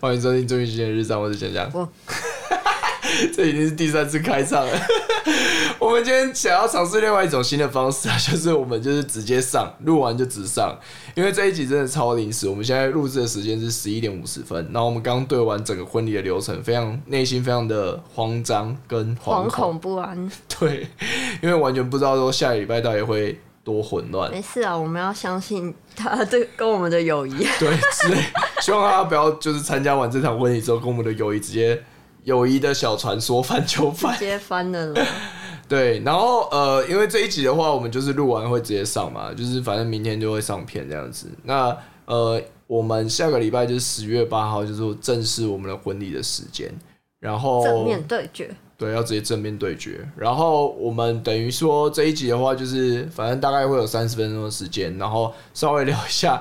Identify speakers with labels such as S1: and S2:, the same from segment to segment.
S1: 欢迎收听《中医学院日常》，我是香香。
S2: 我
S1: 这已经是第三次开唱了。 我们今天想要尝试另外一种新的方式啊， 就是我们就是直接上，录完就直上，因为这一集真的超临时。我们现在录制的时间是十一点五十分，然后我们刚对完整个婚礼的流程，非常内心非常的慌张跟惶
S2: 惶
S1: 恐，
S2: 恐啊不安。
S1: 对，因为完全不知道说下个礼拜到底会多混乱。
S2: 没事啊，我们要相信他这跟我们的 友谊。
S1: 对，之类。希望大家不要就是参加完这场婚礼之后，跟我们的友谊直接友谊的小船说翻就翻
S2: 直。接翻了啦，
S1: 对，然后呃，因为这一集的话，我们就是录完会直接上嘛，就是反正明天就会上片这样子。那呃，我们下个礼拜就是十月八号，就是正式我们的婚礼的时间。然后
S2: 正面对决，
S1: 对，要直接正面对决。然后我们等于说这一集的话，就是反正大概会有三十分钟的时间，然后稍微聊一下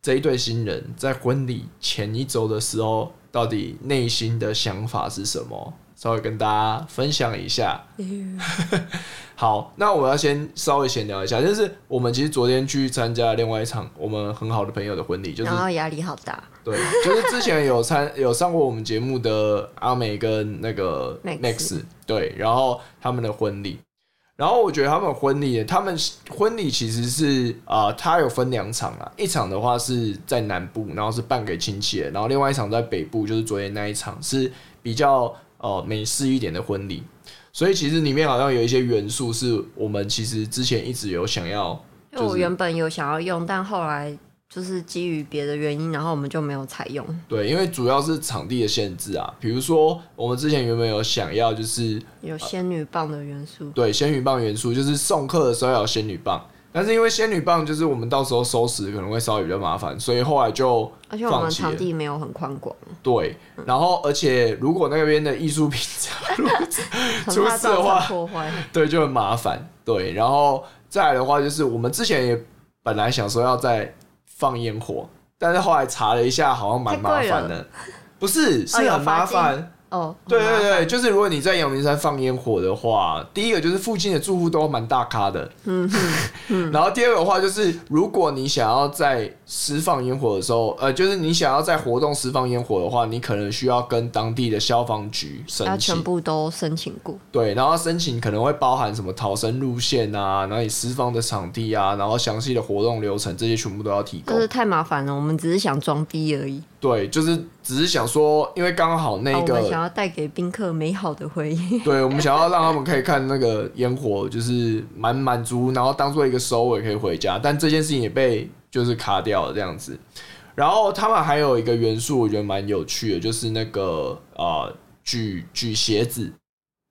S1: 这一对新人在婚礼前一周的时候，到底内心的想法是什么，稍微跟大家分享一下。好，那我要先稍微闲聊一下，就是我们其实昨天去参加另外一场我们很好的朋友的婚礼，就是
S2: 然后压力好大。
S1: 对，就是之前有参有上过我们节目的阿美跟那个
S2: Max
S1: 对，然后他们的婚礼，然后我觉得他们婚礼，他们婚礼其实是啊，它、有分两场啊，一场的话是在南部，然后是办给亲戚的，然后另外一场在北部，就是昨天那一场是比较呃美式一点的婚礼，所以其实里面好像有一些元素是我们其实之前一直有想要。
S2: 因为
S1: 就
S2: 我
S1: 是
S2: 原本有想要用，但后来就是基于别的原因，然后我们就没有采用。
S1: 对，因为主要是场地的限制啊，比如说我们之前原本有想要就是
S2: 有仙女棒的元素，
S1: 对仙女棒元素，就是送客的时候要有仙女棒，但是因为仙女棒就是我们到时候收拾可能会稍微比较麻烦，所以后来就
S2: 而且我
S1: 放
S2: 们
S1: 弃了
S2: 场地嗯没有很宽广，
S1: 对，然后而且如果那边的艺术品
S2: 很
S1: 出
S2: 怕
S1: 事的
S2: 造
S1: 话
S2: 成破坏。
S1: 对，就很麻烦。对，然后再来的话，就是我们之前也本来想说要再放烟火，但是后来查了一下，好像蛮
S2: 太
S1: 麻
S2: 贵
S1: 烦
S2: 了
S1: 的，不是
S2: 哦
S1: 是
S2: 有
S1: 很麻
S2: 罚金
S1: 烦。
S2: 哦，
S1: 对
S2: 好吧
S1: 对对，就是如果你在阳明山放烟火的话，第一个就是附近的住户都蛮大咖的，嗯， 然后第二个的话就是，如果你想要在释放烟火的时候，呃，就是你想要在活动释放烟火的话，你可能需要跟当地的消防局
S2: 要
S1: 申
S2: 啊全
S1: 请，
S2: 部都申请过，
S1: 对，然后申请可能会包含什么逃生路线啊，然后你释放的场地啊，然后详细的活动流程这些全部都要提供
S2: 就，是太麻烦了。我们只是想装逼而已，
S1: 对，就是只是想说，因为刚好那
S2: 啊我
S1: 个、
S2: 们想要带给宾客美好的回忆。
S1: 对，我们想要让他们可以看那个烟火，就是满满足，然后当做一个收尾可以回家。但这件事情也被就是卡掉了这样子。然后他们还有一个元素，我觉得蛮有趣的，就是那个呃举举鞋子，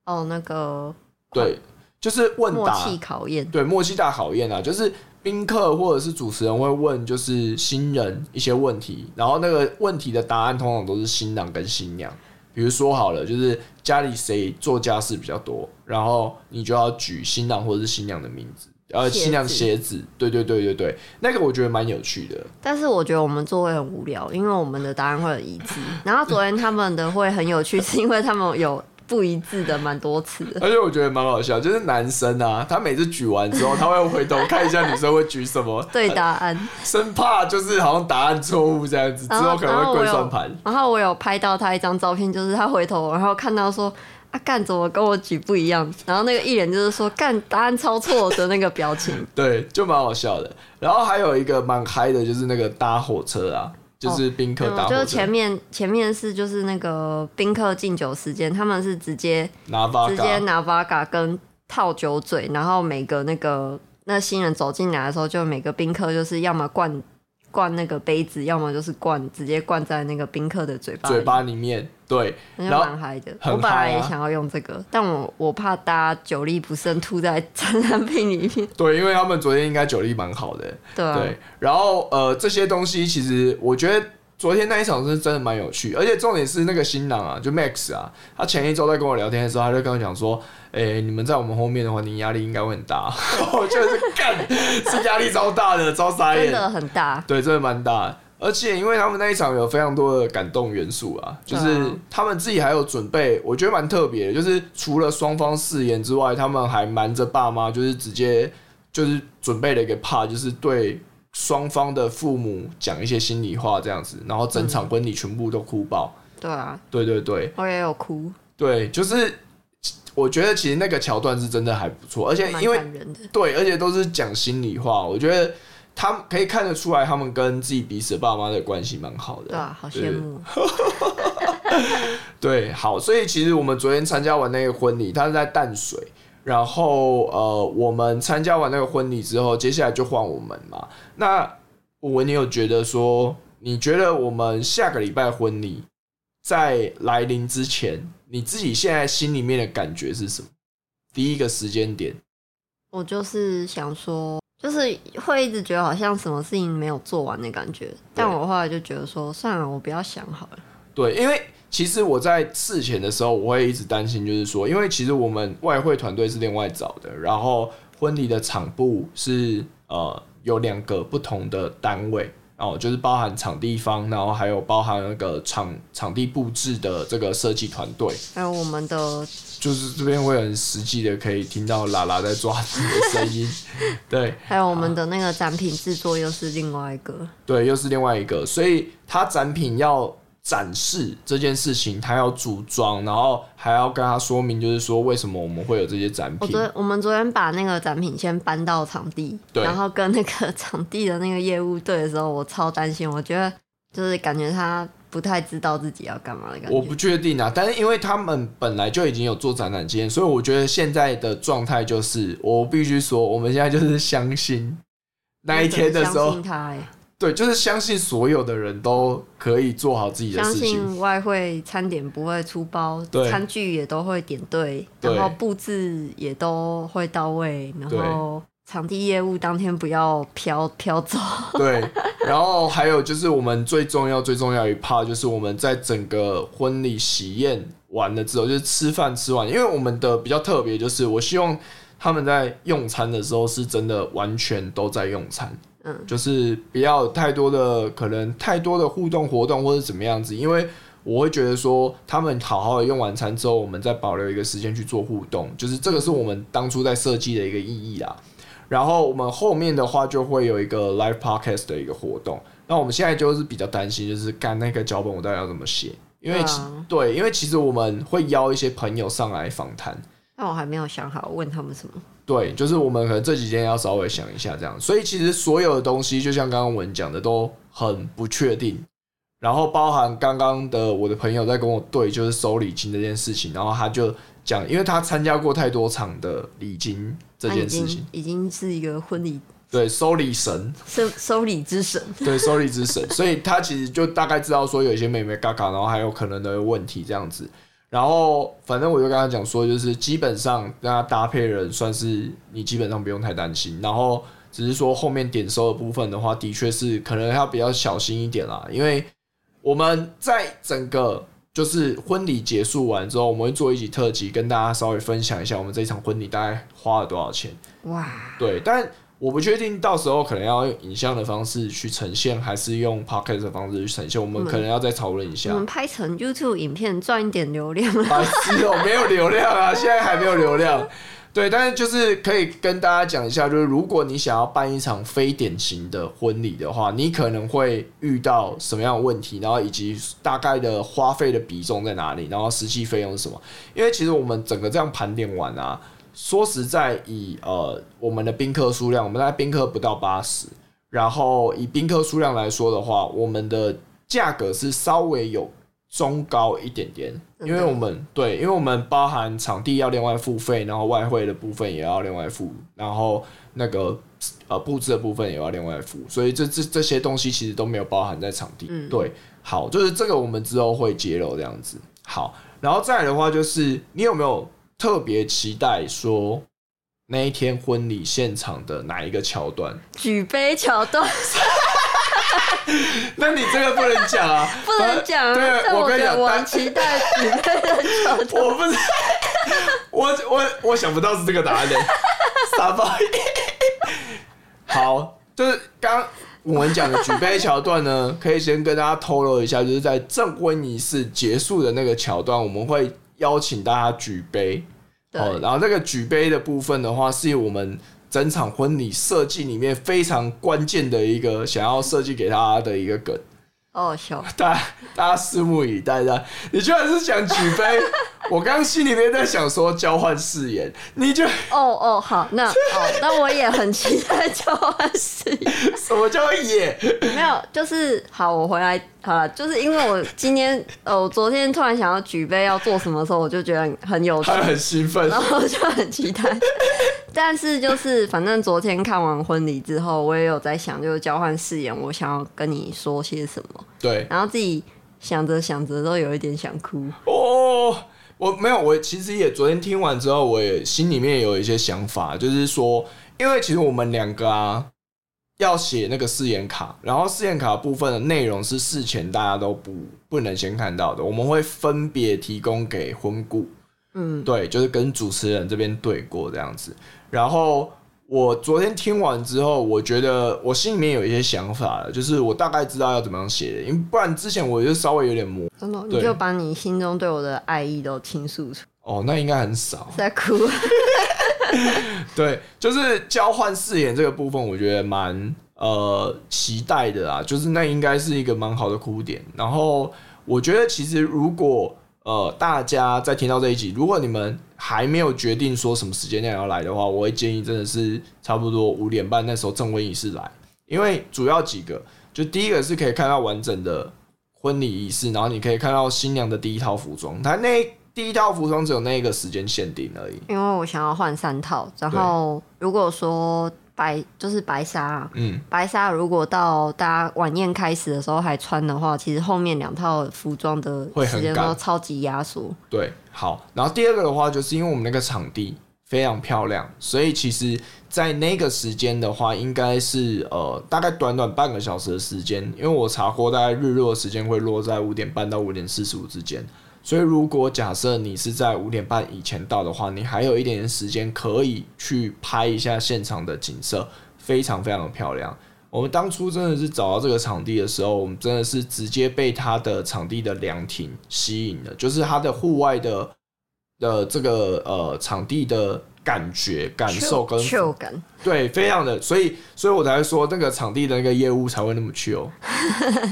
S2: 哦，那个
S1: 对，就是问
S2: 默
S1: 答
S2: 契，考验，
S1: 对默契大考验啊，就是宾客或者是主持人会问就是新人一些问题，然后那个问题的答案通常都是新郎跟新娘。比如说好了，就是家里谁做家事比较多，然后你就要举新郎或者是新娘的名字，呃，
S2: 鞋子
S1: 新娘鞋子，对对对对对，那个我觉得蛮有趣的，
S2: 但是我觉得我们做会很无聊，因为我们的答案会很一 致。然后昨天他们的会很有趣，是因为他们有不一致的蛮多次 的。
S1: 而且我觉得蛮好笑，就是男生啊，他每次举完之后，他会回头看一下女生会举什么，
S2: 对答案，
S1: 生怕就是好像答案错误这样子，之
S2: 啊然后
S1: 后可能会跪
S2: 然后我
S1: 算
S2: 有
S1: 盘。
S2: 然后我有拍到他一张照片，就是他回头，然后看到说啊干怎么跟我举不一样，然后那个艺人就是说干答案抄错的那个表情，
S1: 对，就蛮好笑的。然后还有一个蛮嗨的，就是那个搭火车啊，就是宾客搭
S2: 嗯、
S1: 火
S2: 就是
S1: 车、
S2: 前面前面是就是那个宾客敬酒时间，他们是直接
S1: 拿八
S2: 直接
S1: 嘎，
S2: 拿 v 嘎跟套酒嘴，然后每个那个那新人走进来的时候，就每个宾客就是要么灌灌那个杯子，要么就是灌直接灌在那个宾客的嘴巴里，
S1: 嘴巴里面对，
S2: 那
S1: 然
S2: 就
S1: 后
S2: 蛮嗨的。
S1: 很
S2: 我本来
S1: 嗨啊
S2: 也想要用这个，但我我怕大家酒力不慎吐在餐餐品里面，
S1: 对，因为他们昨天应该酒力蛮好的，
S2: 对啊，
S1: 对。然后呃，这些东西其实我觉得昨天那一场是真的蛮有趣，而且重点是那个新郎啊，就 Max 啊，他前一周在跟我聊天的时候，他就跟我讲说，哎、你们在我们后面的话，你压力应该会很大。 我就是干，是压力超大的，超傻
S2: 真
S1: 眼。
S2: 的很大。
S1: 对，真的蛮大的。而且因为他们那一场有非常多的感动元素啊，就
S2: 对啊
S1: 是他们自己还有准备，我觉得蛮特别的。就是除了双方誓言之外，他们还瞒着爸妈，就是直接就是准备了一个 part，就是对双方的父母讲一些心里话这样子，然后整
S2: 嗯
S1: 场婚礼全部都哭爆。
S2: 对啊，
S1: 对对对
S2: 我也有哭，
S1: 对，就是我觉得其实那个桥段是真的还不错，而且
S2: 蛮
S1: 因为
S2: 感人的。
S1: 对，而且都是讲心里话，我觉得他们可以看得出来，他们跟自己彼此的爸妈的关系蛮好的。
S2: 对啊，好羡慕哦。
S1: 对，好，所以其实我们昨天参加完那个婚礼，他是在淡水，然后呃，我们参加完那个婚礼之后，接下来就换我们嘛。那我文，你有觉得说，你觉得我们下个礼拜婚礼在来临之前，你自己现在心里面的感觉是什么？第一个时间点，
S2: 我就是想说，就是会一直觉得好像什么事情没有做完的感觉。但我后来就觉得说，算了，我不要想好了。
S1: 对，因为其实我在事前的时候，我会一直担心，就是说，因为其实我们外汇团队是另外找的，然后婚礼的场部是呃有两个不同的单位哦，就是包含场地方，然后还有包含那个场场地布置的这个设计团队，
S2: 还有我们的
S1: 就是这边会很实际的可以听到拉拉在抓子的声音， 对，
S2: 还有我们的那个展品制作又是另外一个，
S1: 对，又是另外一个，所以他展品要展示这件事情，他要组装，然后还要跟他说明，就是说为什么我们会有这些展
S2: 我
S1: 品。
S2: 昨我们昨天把那个展品先搬到场地，
S1: 对
S2: 然后跟那个 场地的那个业务对的时候，我超担心，我觉得就是感觉他不太知道自己要干嘛的感
S1: 我
S2: 觉
S1: 不。确定啊，但是因为他们本来就已经有做展览经验，所以我觉得现在的状态就是，我必须说，我们现在就是相信那一天的时
S2: 我
S1: 候
S2: 相信，他、欸，
S1: 对，就是相信所有的人都可以做好自己的
S2: 相
S1: 事情。
S2: 信外汇餐点不会出包，
S1: 对
S2: 餐具也都会点对，
S1: 对
S2: 然后布置也都会到位，然
S1: 对
S2: 后场地业务当天不要飘飘走。
S1: 对，然后还有就是我们最重要最重要一 part 就是我们在整个婚礼喜宴完了之后，就是吃饭吃完，因为我们的比较特别，就是我希望他们在用餐的时候是真的完全都在用餐，
S2: 嗯，
S1: 就是不要有太多的可能太多的互动活动或者怎么样子，因为。我会觉得说，他们好好的用完餐之后，我们再保留一个时间去做互动，就是这个是我们当初在设计的一个意义啦。然后我们后面的话就会有一个 live podcast 的一个活动。那我们现在就是比较担心，就是干那个脚本我到底要怎么写？因为
S2: 对啊
S1: 其、对，因为其实我们会邀一些朋友上来访谈，
S2: 但我还没有想好问他们什么。
S1: 对，就是我们可能这几天要稍微想一下这样。所以其实所有的东西，就像刚刚我们讲的，都很不确定。然后包含刚刚的我的朋友在跟我对，就是收礼金这件事情，然后他就讲，因为他参加过太多场的礼金这
S2: 他已
S1: 件事情
S2: 经，已经是一个婚礼
S1: 对，收礼神，
S2: 收 收礼之神，
S1: 对，收礼之神，所以他其实就大概知道说有一些妹妹嘎嘎，然后还有可能的问题这样子。然后反正我就跟他讲说，就是基本上跟他搭配人算是你基本上不用太担心，然后只是说后面点收的部分的话，的确是可能要比较小心一点啦，因为我们在整个就是婚礼结束完之后，我们会做一集特辑，跟大家稍微分享一下我们这一场婚礼大概花了多少钱。
S2: 哇！
S1: 对，但我不确定到时候可能要用影像的方式去呈现，还是用 podcast 的方式去呈现，我们可能要再讨论一
S2: 我
S1: 下
S2: 们。拍成 YouTube 影片赚一点流量，
S1: 白痴哦、没有流量啊，现在还没有流量。对，但是就是可以跟大家讲一下，就是如果你想要办一场非典型的婚礼的话，你可能会遇到什么样的问题，然后以及大概的花费的比重在哪里，然后实际费用是什么。因为其实我们整个这样盘点完啊，说实在以，呃我们的宾客数量，我们大概宾客不到八十，然后以宾客数量来说的话，我们的价格是稍微有中高一点点，因为我们对，因为我们包含场地要另外付费，然后外汇的部分也要另外付，然后那个呃布置的部分也要另外付，所以这这这些东西其实都没有包含在场地。
S2: 嗯
S1: 对，好，就是这个我们之后会揭露这样子。好，然后再来的话就是，你有没有特别期待说那一天婚礼现场的哪一个桥 段？
S2: 举杯 桥段
S1: 那你这个不能讲啊，
S2: 不能讲啊。
S1: 对
S2: 但
S1: 我跟
S2: 觉
S1: 你讲
S2: 得我
S1: 单
S2: 期待举杯的 桥段。
S1: 我不是，我我我想不到是这个答案的， 傻包。 好，就是刚我们讲的举杯桥段呢，可以先跟大家透露一下，就是在证婚仪式结束的那个桥段，我们会邀请大家举杯。
S2: 对
S1: 哦，然后这个举杯的部分的话，是我们整场婚礼设计里面非常关键的一个想要设计给他的一个梗。
S2: 哦，笑，
S1: 大家大家拭目以待的。你居然是想举杯，我刚刚心里面在想说交换誓言，你就
S2: 哦哦，好， 那哦，那我也很期待交换誓言。
S1: 什么叫野？
S2: 没有，就是好，我回来好了，就是因为我今天呃，我昨天突然想要举杯要做什么的时候，我就觉得很很有趣
S1: 他，很兴奋
S2: 然，后就很期待。但是就是反正昨天看完婚礼之后，我也有在想，就是交换誓言，我想要跟你说些什么，
S1: 对
S2: 然后自己想着想着都有一点想哭。
S1: 哦。我没有，我其实也昨天听完之后，我也心里面有一些想法，就是说，因为其实我们两个啊，要写那个誓言卡，然后誓言卡部分的内容是事前大家都不不能先看到的，我们会分别提供给婚顾，
S2: 嗯，
S1: 对，就是跟主持人这边对过这样子。然后我昨天听完之后，我觉得我心里面有一些想法了，就是我大概知道要怎么样写的，因为不然之前我就稍微有点模糊
S2: 真的，
S1: 对
S2: 你就把你心中对我的爱意都倾诉出，
S1: 哦，那应该很少。
S2: 在哭。
S1: 对，就是交换誓言这个部分，我觉得蛮呃期待的啦，就是那应该是一个蛮好的哭点。然后我觉得其实如果呃大家在听到这一集，如果你们还没有决定说什么时间点要来的话，我会建议真的是差不多五点半那时候正婚仪式来，因为主要几个，就第一个是可以看到完整的婚礼仪式，然后你可以看到新娘的第一套服装，她那第一套服装只有那个时间限定而已。
S2: 因为我想要换三套，然后如果说白就是白纱、啊，
S1: 嗯，
S2: 白纱如果到大家晚宴开始的时候还穿的话，其实后面两套服装的
S1: 会很
S2: 时间都
S1: 赶
S2: 超级压缩。
S1: 对，好。然后第二个的话，就是因为我们那个场地非常漂亮，所以其实，在那个时间的话，应该是呃，大概短短半个小时的时间，因为我查过，大概日落的时间会落在五点半到五点四十五之间。所以，如果假设你是在五点半以前到的话，你还有一点点时间可以去拍一下现场的景色，非常非常的漂亮。我们当初真的是找到这个场地的时候，我们真的是直接被它的场地的凉亭吸引了，就是它的户外的的这个呃场地的感觉、感受跟
S2: chill chill 感，
S1: 对，非常的，所以所以我才会说那个场地的那个业务才会那么 chill。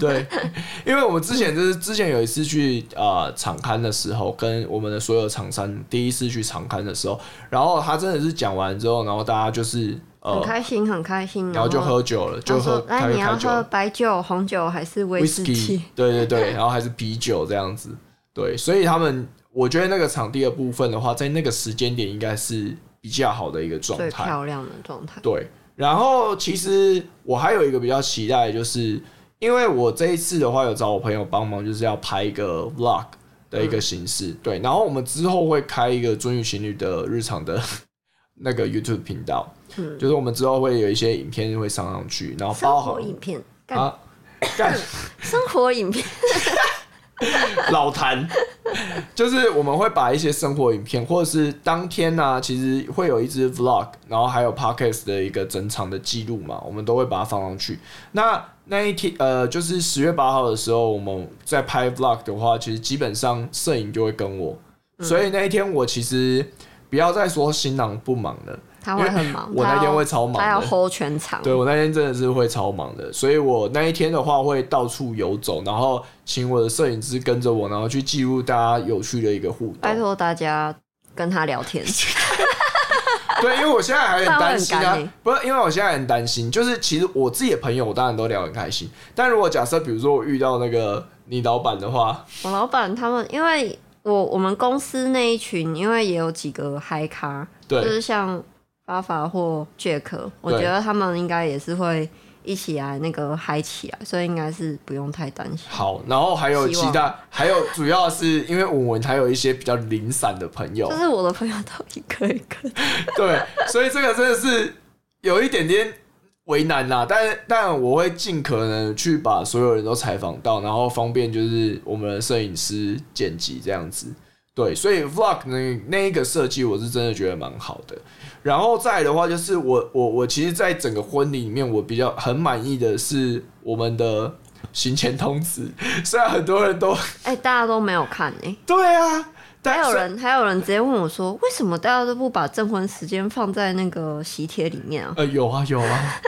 S1: 对， 因为我们之前就是之前有一次去呃场刊的时候，跟我们的所有厂商第一次去场刊的时候，然后他真的是讲完之后，然后大家就是
S2: 很
S1: 呃，
S2: 开心，很开心。
S1: 然后就喝酒了，就
S2: 他
S1: 喝
S2: 说：“
S1: 开
S2: 哎，你
S1: 开
S2: 要
S1: 酒
S2: 喝白酒、红酒还是威士
S1: whisky，
S2: 忌
S1: 对对对，然后还是啤酒这样子。对，所以他们我觉得那个场地的部分的话，在那个时间点应该是比较好的一个？”状
S2: 最
S1: 态。
S2: 漂亮的状态。
S1: 对，然后其实我还有一个比较期待，就是因为我这一次的话有找我朋友帮忙，就是要拍一个 vlog 的
S2: 嗯
S1: 一个形式。对，然后我们之后会开一个尊宇情侣的日常的 那个 YouTube 频道，
S2: 嗯
S1: 就是我们之后会有一些影片会上上去，然后包
S2: 生活
S1: 含
S2: 影片，干、
S1: 啊干。
S2: 生活影片，
S1: 老谭，就是我们会把一些生活影片，或者是当天呢、其实会有一支 vlog，然后还有 podcast 的一个整场的记录嘛，我们都会把它放上去。那那一天，呃，就是十月八号的时候，我们在拍 vlog 的话，其实基本上摄影就会跟我，所以那一天我其实不要再说新郎不忙了，
S2: 他会很忙。
S1: 我那
S2: 他
S1: 天
S2: 要
S1: 会超忙的
S2: 他要 hold 全场。
S1: 对我那天真的是会超忙的，所以我那一天的话会到处游走，然后请我的摄影师跟着我，然后去记录大家有趣的一个互
S2: 拜
S1: 动。
S2: 托大家跟他聊天。
S1: 对，因为我现在还很担心
S2: 不然
S1: 啊
S2: 会很干欸，
S1: 不是因为我现在很担心，就是其实我自己的朋友，我当然都聊得很开心，但如果假设比如说我遇到那个你老板的话，
S2: 我老板他们，因为我我们公司那一群，因为也有几个嗨咖，就
S1: 对
S2: 是像发发或 Jack，我觉得他们应该也是会一起来那个嗨起来，所以应该是不用太担心。
S1: 好，然后还有
S2: 希
S1: 其
S2: 望
S1: 他，还有主要是因为文文还有一些比较零散的朋友
S2: 就，是我的朋友都一个一个，
S1: 对，所以这个真的是有一点点为难啦，但但我会尽可能去把所有人都采访到，然后方便就是我们的摄影师剪辑这样子。对，所以 vlog 那那一个设计我是真的觉得蛮好的。然后再来的话，就是我我我其实，在整个婚礼里面，我比较很满意的是我们的 行前通知，虽然很多人都欸
S2: 哎、大家都没有看哎、
S1: 对啊，但
S2: 还有
S1: 是
S2: 人还有人直接问我说，为什么大家都不把证婚时间放在那个喜帖里面啊？
S1: 呃，有啊有啊，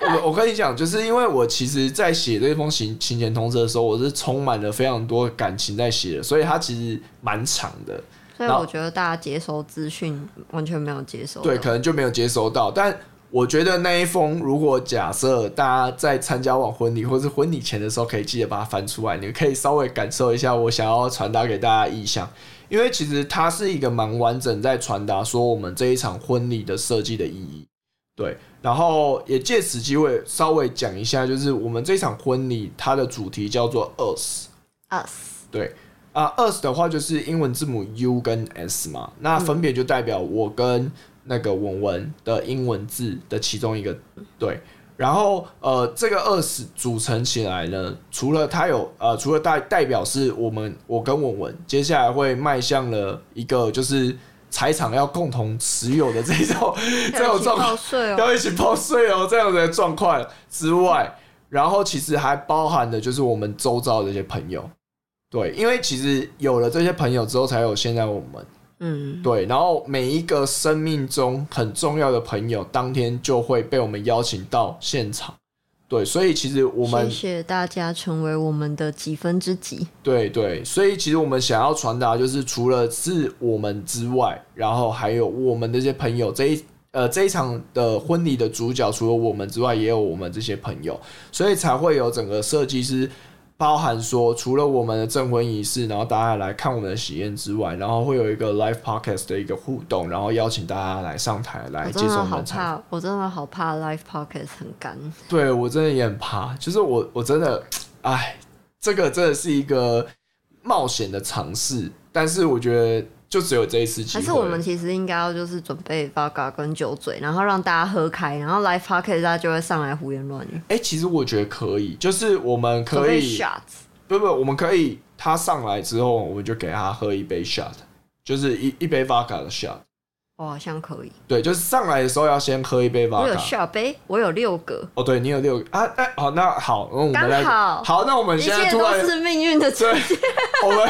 S1: 我我跟你讲，就是因为我其实，在写这封行行前通知的时候，我是充满了非常多感情在写的，所以它其实蛮长的。
S2: 所以
S1: 然后
S2: 我觉得大家接收资讯完全没有接收到。
S1: 对，可能就没有接收到。但我觉得那一封，如果假设大家在参加完婚礼或是婚礼前的时候，可以记得把它翻出来，你可以稍微感受一下我想要传达给大家的意向，因为其实它是一个蛮完整在传达说我们这一场婚礼的设计的意义。对，然后也借此机会稍微讲一下，就是我们这场婚礼它的主题叫做 “us”。
S2: us
S1: 对啊、u s 的话就是英文字母 U 跟 S 嘛，那分别就代表我跟那个文文的英文字的其中一个对。然后呃，这个 us 组成起来呢，除了它有呃，除了代代表是我们我跟文文，接下来会迈向了一个就是财产要共同持有的这种这种状况。
S2: 报 税哦，
S1: 要一起报税哦，这样子的状况之外，然后其实还包含的就是我们周遭的这些朋友，对，因为其实有了这些朋友之后，才有现在我们
S2: 嗯，
S1: 对，然后每一个生命中很重要的朋友，当天就会被我们邀请到现场，对，所以其实我们
S2: 谢谢大家成为我们的几分之几。
S1: 对对，所以其实我们想要传达就是，除了是我们之外，然后还有我们这些朋友这一。呃，这一场的婚礼的主角除了我们之外，也有我们这些朋友，所以才会有整个设计师包含说，除了我们的证婚仪式，然后大家来看我们的喜宴之外，然后会有一个 live podcast 的一个互动，然后邀请大家来上台来
S2: 我
S1: 接
S2: 真
S1: 受我
S2: 的
S1: 们
S2: 好
S1: 的采访。
S2: 怕，我真的好怕 life pocket 很干。
S1: 对我真的也很怕，就是我我真的，哎，这个真的是一个冒险的尝试，但是我觉得就只有这一次机
S2: 还
S1: 会。
S2: 是我们其实应该要就是准备 vodka 跟酒嘴，然后让大家喝开，然后 life pocket 大家就会上来胡言乱语，
S1: 哎、其实我觉得可以，就是我们
S2: 准
S1: 可
S2: 备
S1: 以，
S2: shots。
S1: 不不，我们可以他上来之后，我们就给他喝一杯 shot，就是一一杯 vodka 的 shot。
S2: 我好像可以，
S1: 对，就是上来的时候要先喝一杯
S2: 我有
S1: vodka。
S2: shot 杯，我有六个，
S1: 哦，对你有六个啊？哎、好，那好，那我们来
S2: 刚好
S1: 好，那我们
S2: 一
S1: 现在
S2: 切
S1: 突
S2: 都
S1: 然
S2: 是命运的结
S1: 对，我们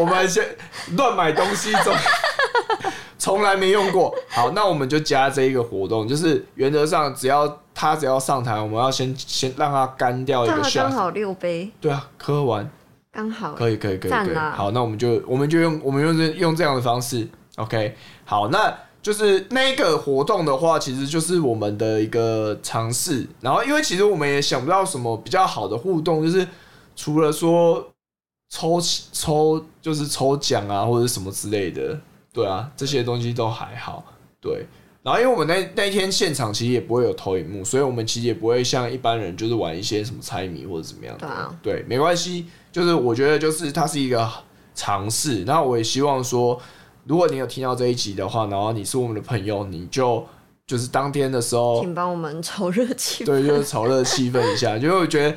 S1: 我们先乱买东西从从来没用过。好，那我们就加这一个活动，就是原则上只要他只要上台，我们要先先让他干掉 一
S2: 但
S1: 个
S2: 他刚
S1: shot。
S2: 好六杯，
S1: 对啊，喝完
S2: 刚好
S1: 可以可以可以
S2: 赞
S1: 可以。
S2: 啦
S1: 好，那我们就我们就用我们用这用这样的方式，OK。好，那就是那个活动的话，其实就是我们的一个尝试。然后，因为其实我们也想不到什么比较好的互动，就是除了说抽抽就是抽奖啊，或者什么之类的，对啊，这些东西都还好，对。然后，因为我们那那一天现场其实也不会有投影幕，所以我们其实也不会像一般人就是玩一些什么猜谜或者怎么样的。
S2: 对啊
S1: 对，没关系，就是我觉得就是它是一个尝试。那我也希望说，如果你有听到这一集的话，然后你是我们的朋友，你就就是当天的时候，
S2: 请帮我们炒热气
S1: 哦
S2: 氛。
S1: 对，就是炒热气氛一下， 因为我觉得，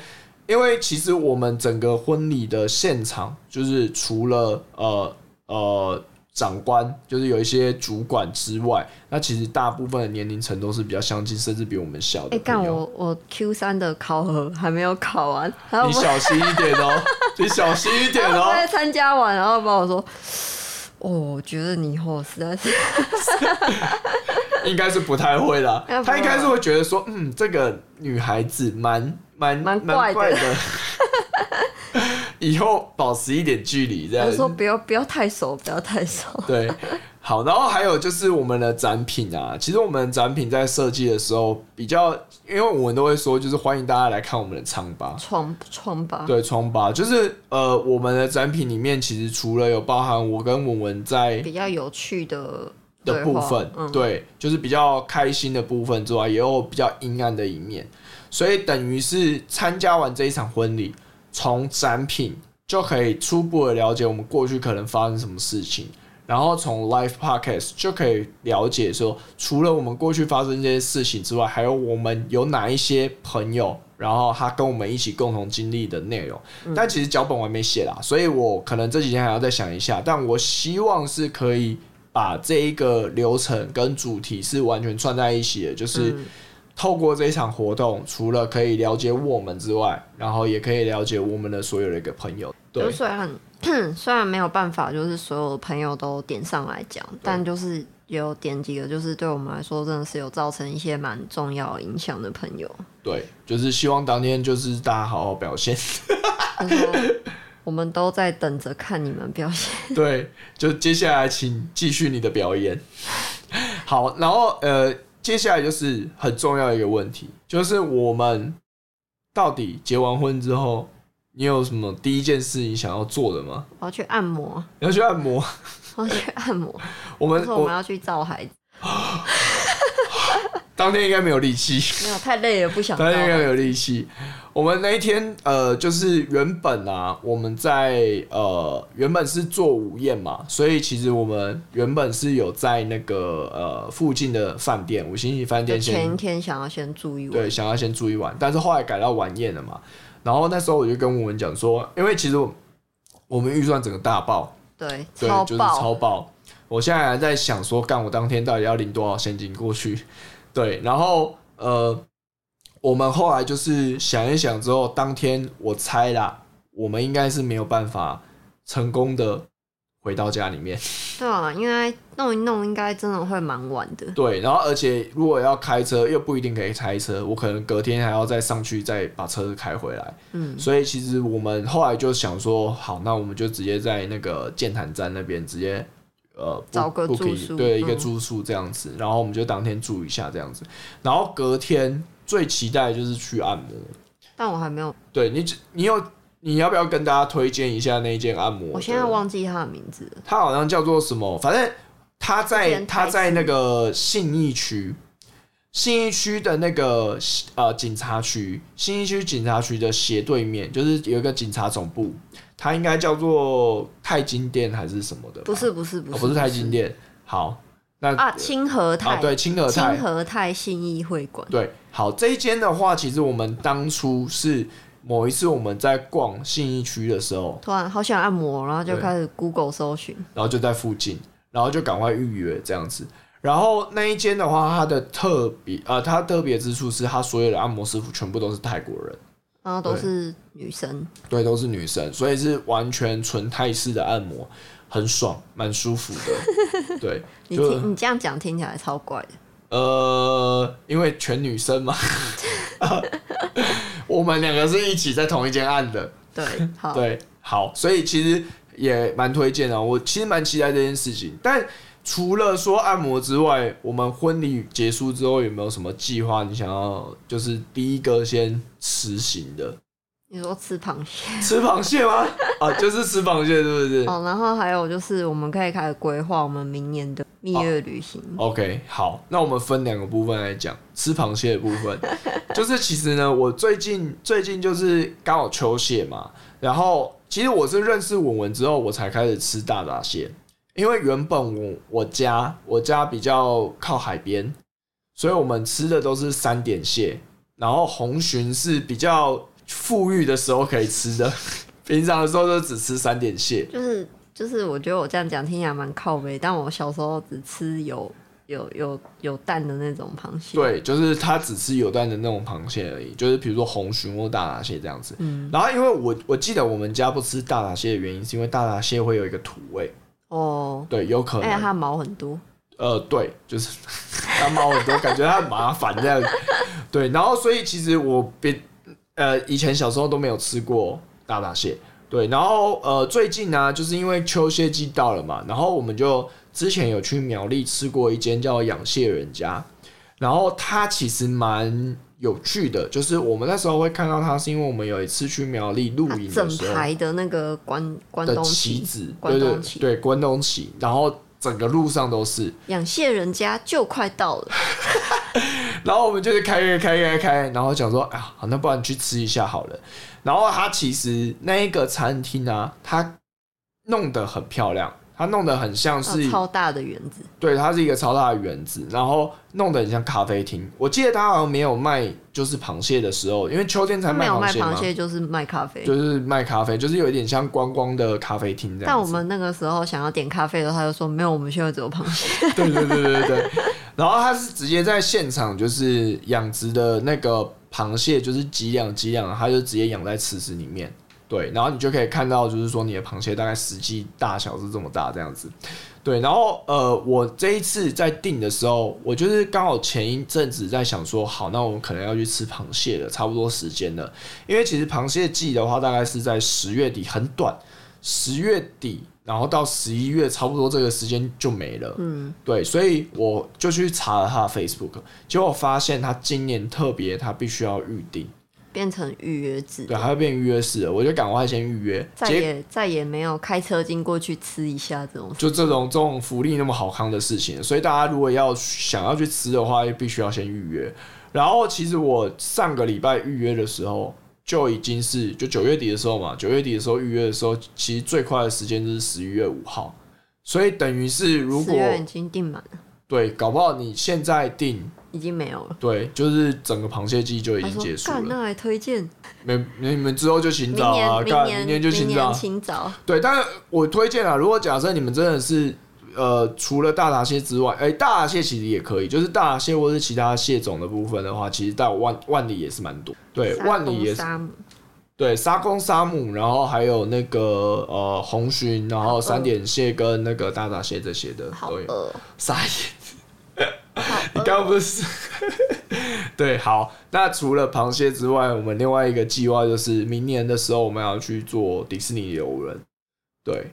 S1: 因为其实我们整个婚礼的现场，就是除了呃呃长官，就是有一些主管之外，那其实大部分的年龄层都是比较相近，甚至比我们小的
S2: 哎，干
S1: 朋友。
S2: 我我 Q 三的考核还没有考完，还有
S1: 你小心一点哦、 你小心一点
S2: 我
S1: 哦、
S2: 在参加完，然后帮我说，哦，我觉得你以后实在是
S1: 应该是不太会 啦
S2: 应该。不
S1: 他
S2: 会
S1: 应该是会觉得说，嗯，这个女孩子蛮蛮
S2: 蛮
S1: 怪
S2: 怪的
S1: 的， 以后保持一点距离这样
S2: 我说
S1: 子。
S2: 不要不要太熟，不要太熟。
S1: 对，好，然后还有就是我们的展品啊，其实我们的展品在设计的时候比较，因为我们都会说，就是欢迎大家来看我们的仓吧。
S2: 创创吧，
S1: 对，疮疤就是呃，我们的展品里面其实除了有包含我跟文文在
S2: 比较有趣的
S1: 的
S2: 对
S1: 部
S2: 话
S1: 分，
S2: 嗯，
S1: 对，就是比较开心的部分之外，也有比较阴暗的一面，所以等于是参加完这一场婚礼，从展品就可以初步的了解我们过去可能发生什么事情，然后从 live podcast 就可以了解说，除了我们过去发生这些事情之外，还有我们有哪一些朋友，然后他跟我们一起共同经历的内容。但其实脚本我还没写啦，所以我可能这几天还要再想一下，但我希望是可以。把这一个流程跟主题是完全串在一起的，就是透过这一场活动，除
S2: 嗯
S1: 了可以了解我们之外，然后也可以了解我们的所有的一个朋友。对
S2: 就，虽然 虽然没有办法，就是所有的朋友都点上来讲，但就是有点几个，就是对我们来说真的是有造成一些蛮重要影响的朋友。
S1: 对，就是希望当天就是大家好好表现。
S2: 他说我们都在等着看你们表现。
S1: 对，就接下来请继续你的表演。 好，然后呃，接下来就是很重要的一个问题，就是我们到底结完婚之后，你有什么第一件事情想要做的吗？
S2: 我要去按摩，
S1: 你要去按摩？
S2: 我要去按摩。
S1: 我
S2: 他
S1: 们
S2: 说我们
S1: 我
S2: 要去照孩子，
S1: 当天应该没有力气。
S2: 没有太累了，不想照
S1: 他应该
S2: 孩
S1: 没
S2: 子。
S1: 有力气。我们那一天，呃，就是原本啊，我们在呃，原本是做午宴嘛，所以其实我们原本是有在那个呃附近的饭店，五星级饭
S2: 就
S1: 店先
S2: 前一天想要先注意我
S1: 对，，想要先住一晚，但是后来改到晚宴了嘛。然后那时候我就跟我们讲说，因为其实我我们预算整个大爆，
S2: 对，
S1: 对，
S2: 超
S1: 就是
S2: 爆，
S1: 超爆。我现在还在想说，干我当天到底要领多少现金过去？ 对，然后呃，我们后来就是想一想之后，当天我猜啦，我们应该是没有办法成功的回到家里面。
S2: 对啊，因为弄一弄应该真的会蛮晚的。
S1: 对，然后而且如果要开车，又不一定可以开车，我可能隔天还要再上去再把车子开回来。
S2: 嗯，
S1: 所以其实我们后来就想说，好，那我们就直接在那个剑潭站那边直接呃
S2: 找个
S1: book-
S2: 住
S1: booking，
S2: 宿
S1: 对，一个
S2: 嗯
S1: 住宿这样子，然后我们就当天住一下这样子，然后隔天最期待的就是去按摩。
S2: 但我还没有，
S1: 对你只，你有你要不要跟大家推荐一下那一间按摩？
S2: 我现在，忘记他的名字了。
S1: 它好像叫做什么，反正它
S2: 之
S1: 在
S2: 前
S1: 它
S2: 台
S1: 在那个信义区。信义区的那个呃警察局，信义区警察局的斜对面就是有一个警察总部，它应该叫做泰金店还是什么的吧？
S2: 不是不是不
S1: 哦
S2: 是，
S1: 不是泰金店。好，那
S2: 啊，清河泰、
S1: 啊对清河泰
S2: 清河泰信义会馆，
S1: 对，好，这一间的话，其实我们当初是某一次我们在逛信义区的时候，
S2: 突然好想按摩，然后就
S1: 对
S2: 开始 Google 搜寻，
S1: 然后就在附近，然后就赶快预约这样子。然后那一间的话，它的特别呃，它特别之处是，它所有的按摩师傅全部都是泰国人，
S2: 然后都
S1: 对
S2: 是女生，
S1: 对，都是女生，所以是完全纯泰式的按摩，很爽，蛮舒服 的。对，
S2: 你
S1: 就
S2: 听你这样讲听起来超怪的，
S1: 呃，因为全女生 嘛， 我们两个是一起在同一间按的，
S2: 对，好，
S1: 对，好，所以其实也蛮推荐的。啊我其实蛮期待这件事情，但除了说按摩之外，我们婚礼结束之后有没有什么计划？你想要就是第一个先实行的，
S2: 你说吃螃蟹
S1: 吃螃蟹吗？啊，就是吃螃蟹，是不是、
S2: 哦，然后还有就是我们可以开始规划我们明年的蜜月旅行，
S1: o k 好，那我们分两个部分来讲，吃螃蟹的部分，就是其实呢，我最近最近就是刚好秋蟹嘛，然后其实我是认识文文之后，我才开始吃大闸蟹，因为原本我我家我家比较靠海边，所以我们吃的都是三点蟹，然后红鲟是比较富裕的时候可以吃的，平常的时候就只吃三点蟹，
S2: 就是就是我觉得我这样讲听起来蛮靠背，但我小时候只吃有有有有蛋的那种螃蟹，，
S1: 对，就是它只吃有蛋的那种螃蟹而已，就是比如说红鲟或大闸蟹这样子。
S2: 嗯
S1: 然后因为我我记得我们家不吃大闸蟹的原因，是因为大闸蟹会有一个土味，
S2: 哦，
S1: 对，有可能，
S2: 哎，它的毛很多，
S1: 呃，对，就是 它猫很多，感觉它很麻烦这样。对，然后所以其实我别呃以前小时候都没有吃过大闸蟹，对，然后呃最近呢、就是因为秋蟹季到了嘛，然后我们就之前有去苗栗吃过一间叫养蟹人家，然后它其实蛮有趣的，就是我们那时候会看到它，是因为我们有一次去苗栗露
S2: 它
S1: 营的
S2: 整
S1: 时候，
S2: 排的那个关啊关
S1: 的
S2: 东
S1: 旗
S2: 旗
S1: 子，
S2: 关
S1: 对对
S2: 东旗
S1: 对，关东旗，然后整个路上都是，
S2: 养蟹人家就快到了，
S1: 然后我们就是开开开开开，然后想说啊，好，那不然去吃一下好了。然后它其实那一个餐厅啊，它弄得很漂亮，它弄得很像
S2: 哦
S1: 是，
S2: 超大的园子，
S1: 对，它是一个超大的园子，然后弄得很像咖啡厅。我记得它好像没有卖就是螃蟹的时候，因为秋天才
S2: 它没
S1: 卖
S2: 有卖
S1: 蟹嘛
S2: 螃，蟹就是卖咖啡，
S1: 就是卖咖啡，就是有一点像观光的咖啡厅这样子。
S2: 但我们那个时候想要点咖啡的时候，他就说没有，我们现在只有螃蟹。
S1: 对对对对对 对。然后他是直接在现场就是养殖的那个螃蟹，就是几两几两，他就直接养在池子里面。对，然后你就可以看到，就是说你的螃蟹大概实际大小是这么大这样子。对，然后呃，我这一次在订的时候，我就是刚好前一阵子在想说，好，那我们可能要去吃螃蟹了，差不多时间了。因为其实螃蟹季的话，大概是在十月底，很短，十月底，然后到十一月，差不多这个时间就没了。嗯，对，所以我就去查了他的 Facebook，结果发现他今年特别，他必须要预定，
S2: 变成预约制，
S1: 对，他会变预约式了，我就赶快先预约，
S2: 再
S1: 结
S2: 也再也没有开车经过去吃一下这种。
S1: 就这种这种福利那么好康的事情，所以大家如果要想要去吃的话，必须要先预约。然后其实我上个礼拜预约的时候，就已经是就九月底的时候嘛，九月底的时候预约的时候，其实最快的时间就是十一月五号，所以等于是如
S2: 四
S1: 果
S2: 月已经订满了，
S1: 对，搞不好你现在订，
S2: 已经没有了。
S1: 对，就是整个螃蟹季就已
S2: 他
S1: 经
S2: 说
S1: 结：“束
S2: 干，
S1: 了。
S2: 那还推荐
S1: 没，你你们之后就请
S2: 明
S1: 早
S2: 年
S1: 啊，干
S2: 明
S1: 年就
S2: 明
S1: 请
S2: 年
S1: 早，
S2: 清早，
S1: 对，但是我推荐啊，如果假设你们真的是呃，除了大闸蟹之外，哎、大闸蟹其实也可以，就是大闸蟹或是其他蟹种的部分的话，其实到万万里也是蛮多。对，
S2: 沙
S1: 哎万里
S2: 公
S1: 也是
S2: 沙姆
S1: 对，沙公沙母，然后还有那个呃红鲟，然后三点蟹跟那个大闸蟹这些的
S2: 好
S1: 都有。
S2: 饿，
S1: 傻眼。
S2: 好呃
S1: 你
S2: 饿
S1: 刚刚不是？ 对，好，那除了螃蟹之外，我们另外一个计划就是明年的时候，我们要去做迪士尼游轮。对，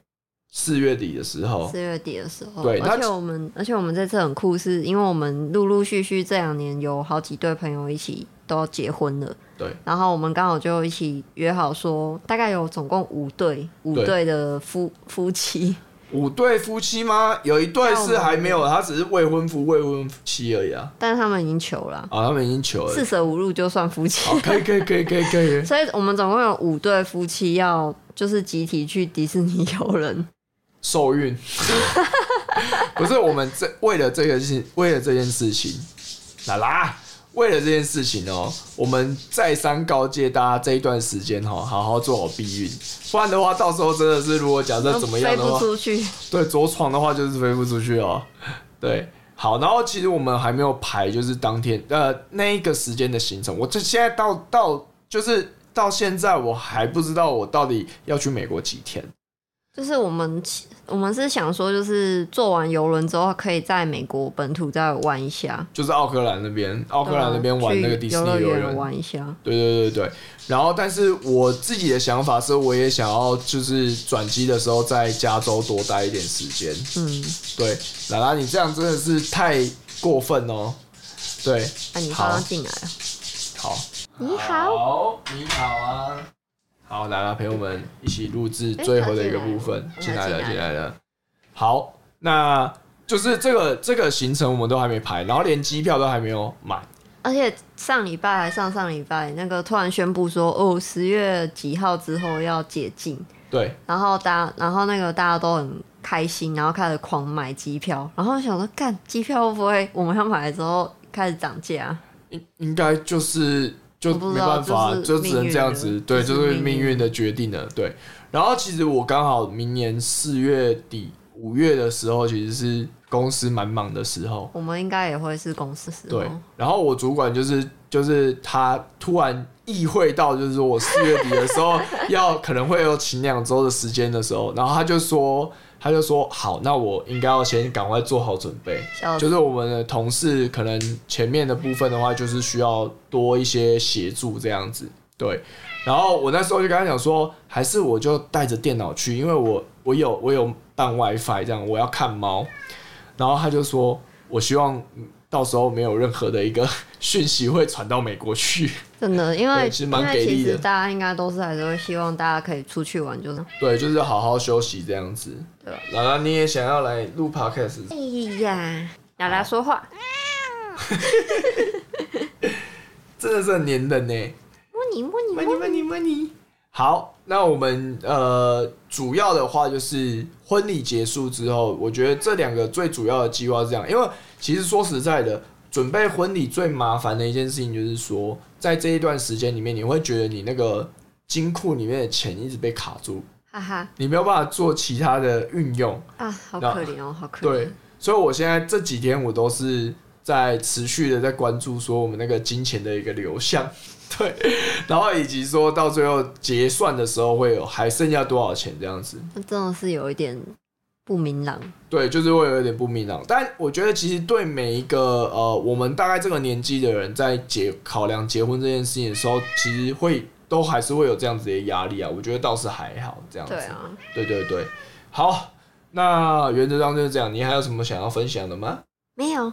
S1: 四月底的时候，
S2: 四月底的时候，
S1: 哦对那
S2: 而且我们，而且我们这次很酷是，因为我们陆陆续续这两年有好几对朋友一起都要结婚了，
S1: 对，
S2: 然后我们刚好就一起约好说，大概有总共五对五
S1: 对
S2: 对的夫夫妻，
S1: 五对夫妻吗？有一对
S2: 那我
S1: 是
S2: 们
S1: 还没有，他只是未婚夫、未婚妻而已啊。
S2: 但是他们已经求了，
S1: 啊，他们已经求
S2: 四
S1: 了。
S2: 舍五入就算夫妻，
S1: 好，可以，可以，可以，可以，可以。
S2: 所以我们总共有五对夫妻要就是集体去迪士尼游轮，
S1: 受孕， 不是我们这为了这个事情，为了这件事情，啦啦，为了这件事情哦、我们再三告诫大家这一段时间哦、好好做好避孕，不然的话，到时候真的是如果假设怎么样
S2: 飞
S1: 的
S2: 不
S1: 话，
S2: 出去，
S1: 对，着床的话就是飞不出去哦、对。好，然后其实我们还没有排，就是当天呃那一个时间的行程。我这现在到到就是到现在，我还不知道我到底要去美国几天。
S2: 就是我们我们是想说，就是坐完游轮之后，可以在美国本土再玩一下，
S1: 就是奥克兰那边，奥克兰那边玩那个迪士尼
S2: 啊游
S1: 游
S2: 园
S1: 园，
S2: 玩一下。
S1: 对对对对。然后，但是我自己的想法是，我也想要就是转机的时候在加州多待一点时间。
S2: 嗯，
S1: 对，兰兰，你这样真的是太过分哦。对，
S2: 那、你刚
S1: 好
S2: 刚，进来了，
S1: 好，
S2: 你好，
S1: 你好啊，好，兰兰陪我们一起录制
S2: 哎
S1: 最后的一个
S2: 他进来
S1: 部
S2: 了
S1: 分，
S2: 他
S1: 进来了，
S2: 哎进来
S1: 进来了。好，那就是这个这个行程我们都还没排，然后连机票都还没有买。
S2: 而且上礼拜还上上礼拜，那个突然宣布说，哦，十月几号之后要解禁，
S1: 对，
S2: 然后大家，然后那个大家都很开心，然后开始狂买机票，然后想说，干机票会不会我们要买了之后开始涨价？
S1: 应应该就是就
S2: 我不
S1: 没
S2: 知道
S1: 办法，
S2: 就是
S1: 就只能这样子
S2: 命运，的
S1: 对，
S2: 就
S1: 就是是
S2: 命
S1: 命
S2: 运
S1: 运的决定了，对。然后其实我刚好明年四月底五月的时候，其实是公司蛮忙的时候，
S2: 我们应该也会是哦公司时候
S1: 对。然后我主管就是就是他突然意会到，就是说我四月底的时 候要可能会有请两周的时间的时候，然后他就说。他就说好，那我应该要先赶快做好准备，
S2: 笑死
S1: 就是我们的同事可能前面的部分的话，就是需要多一些协助这样子。对，然后我那时候就跟他讲说，还是我就带着电脑去，因为我我有我有办 WiFi 这样，我要看猫。然后他就说，我希望嗯到时候没有任何的一个 讯息会传到美国去。
S2: 真的，因为
S1: 对其实蛮
S2: 因
S1: 给
S2: 为
S1: 力
S2: 其
S1: 的
S2: 实大家应该都是还是会希望大家可以出去玩，就是
S1: 对，就是好好休息这样子。
S2: 对吧？
S1: 然后你也想要来录 podcast，
S2: 哎呀，拉拉说话，
S1: 真的是很黏人呢。
S2: 摸你摸你摸你
S1: money money money。好，那我们呃主要的话就是婚礼结束之后，我觉得这两个最主要的计划是这样，因为其实说实在的，准备婚礼最麻烦的一件事情就是说，在这一段时间里面，你会觉得你那个金库里面的钱一直被卡住，
S2: 哈哈
S1: 你没有办法做其他的运用。
S2: 啊，好可怜哦，好可怜。
S1: 对，所以我现在这几天我都是在持续的在关注说我们那个金钱的一个流向，对，然后以及说到最后结算的时候会有还剩下多少钱这样子，
S2: 那真的是有一点不明朗。
S1: 对，就是会有一点不明朗。但我觉得其实对每一个呃，我们大概这个年纪的人，在结考量结婚这件事情的时候，其实会都还是会有这样子的压力啊。我觉得倒是还好这样子。
S2: 对啊，
S1: 对对对，好，那原则上就是这样。你还有什么想要分享的吗？
S2: 没有，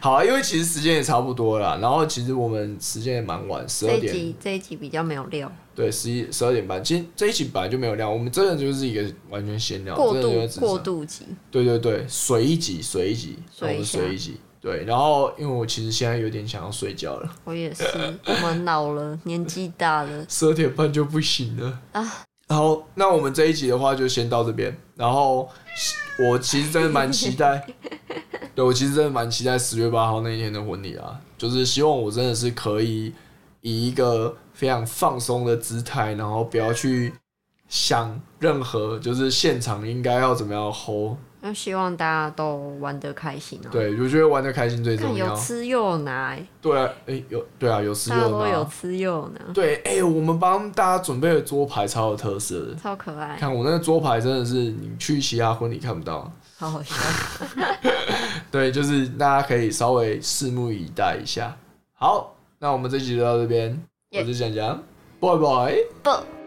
S1: 好啊，因为其实时间也差不多了啦，然后其实我们时间也蛮晚，十
S2: 这
S1: 二
S2: 一
S1: 点
S2: 集这一集比较没有料，
S1: 对，十一十二点半。其实这一集本来就没有量，我们真的就是一个完全闲聊，
S2: 过
S1: 哦真的就
S2: 度
S1: 是只是
S2: 过度集，
S1: 对对对，水一集，水一集，我
S2: 水一
S1: 们
S2: 下
S1: 水一集。对，然后因为我其实现在有点想要睡觉了，
S2: 我也是， 我们老了，年纪大了，
S1: 十二点半就不行了
S2: 啊。
S1: 好，那我们这一集的话就先到这边。然后我其实真的蛮期 待，对我其实真的蛮期待十月八号那一天的婚礼啊，就是希望我真的是可以以一个非常放松的姿态，然后不要去想任何就是现场应该要怎么样 hold。
S2: 那希望大家都玩得开心哦。
S1: 对，我觉得玩的开心最
S2: 看
S1: 重
S2: 有
S1: 要。
S2: 吃又有拿、欸，
S1: 对啊，哎、有对啊，有吃
S2: 大家
S1: 有
S2: 都有
S1: 拿。
S2: 吃又有拿，
S1: 对，哎、我们帮大家准备的桌牌超有特色的。
S2: 超可爱，
S1: 看我那个桌牌真的是你去其他婚礼看不到。
S2: 好好笑。
S1: 对，就是大家可以稍微拭目以待一下。好，那我们这集就到这边，我
S2: 耶
S1: 是蒋蒋，拜拜。
S2: 不。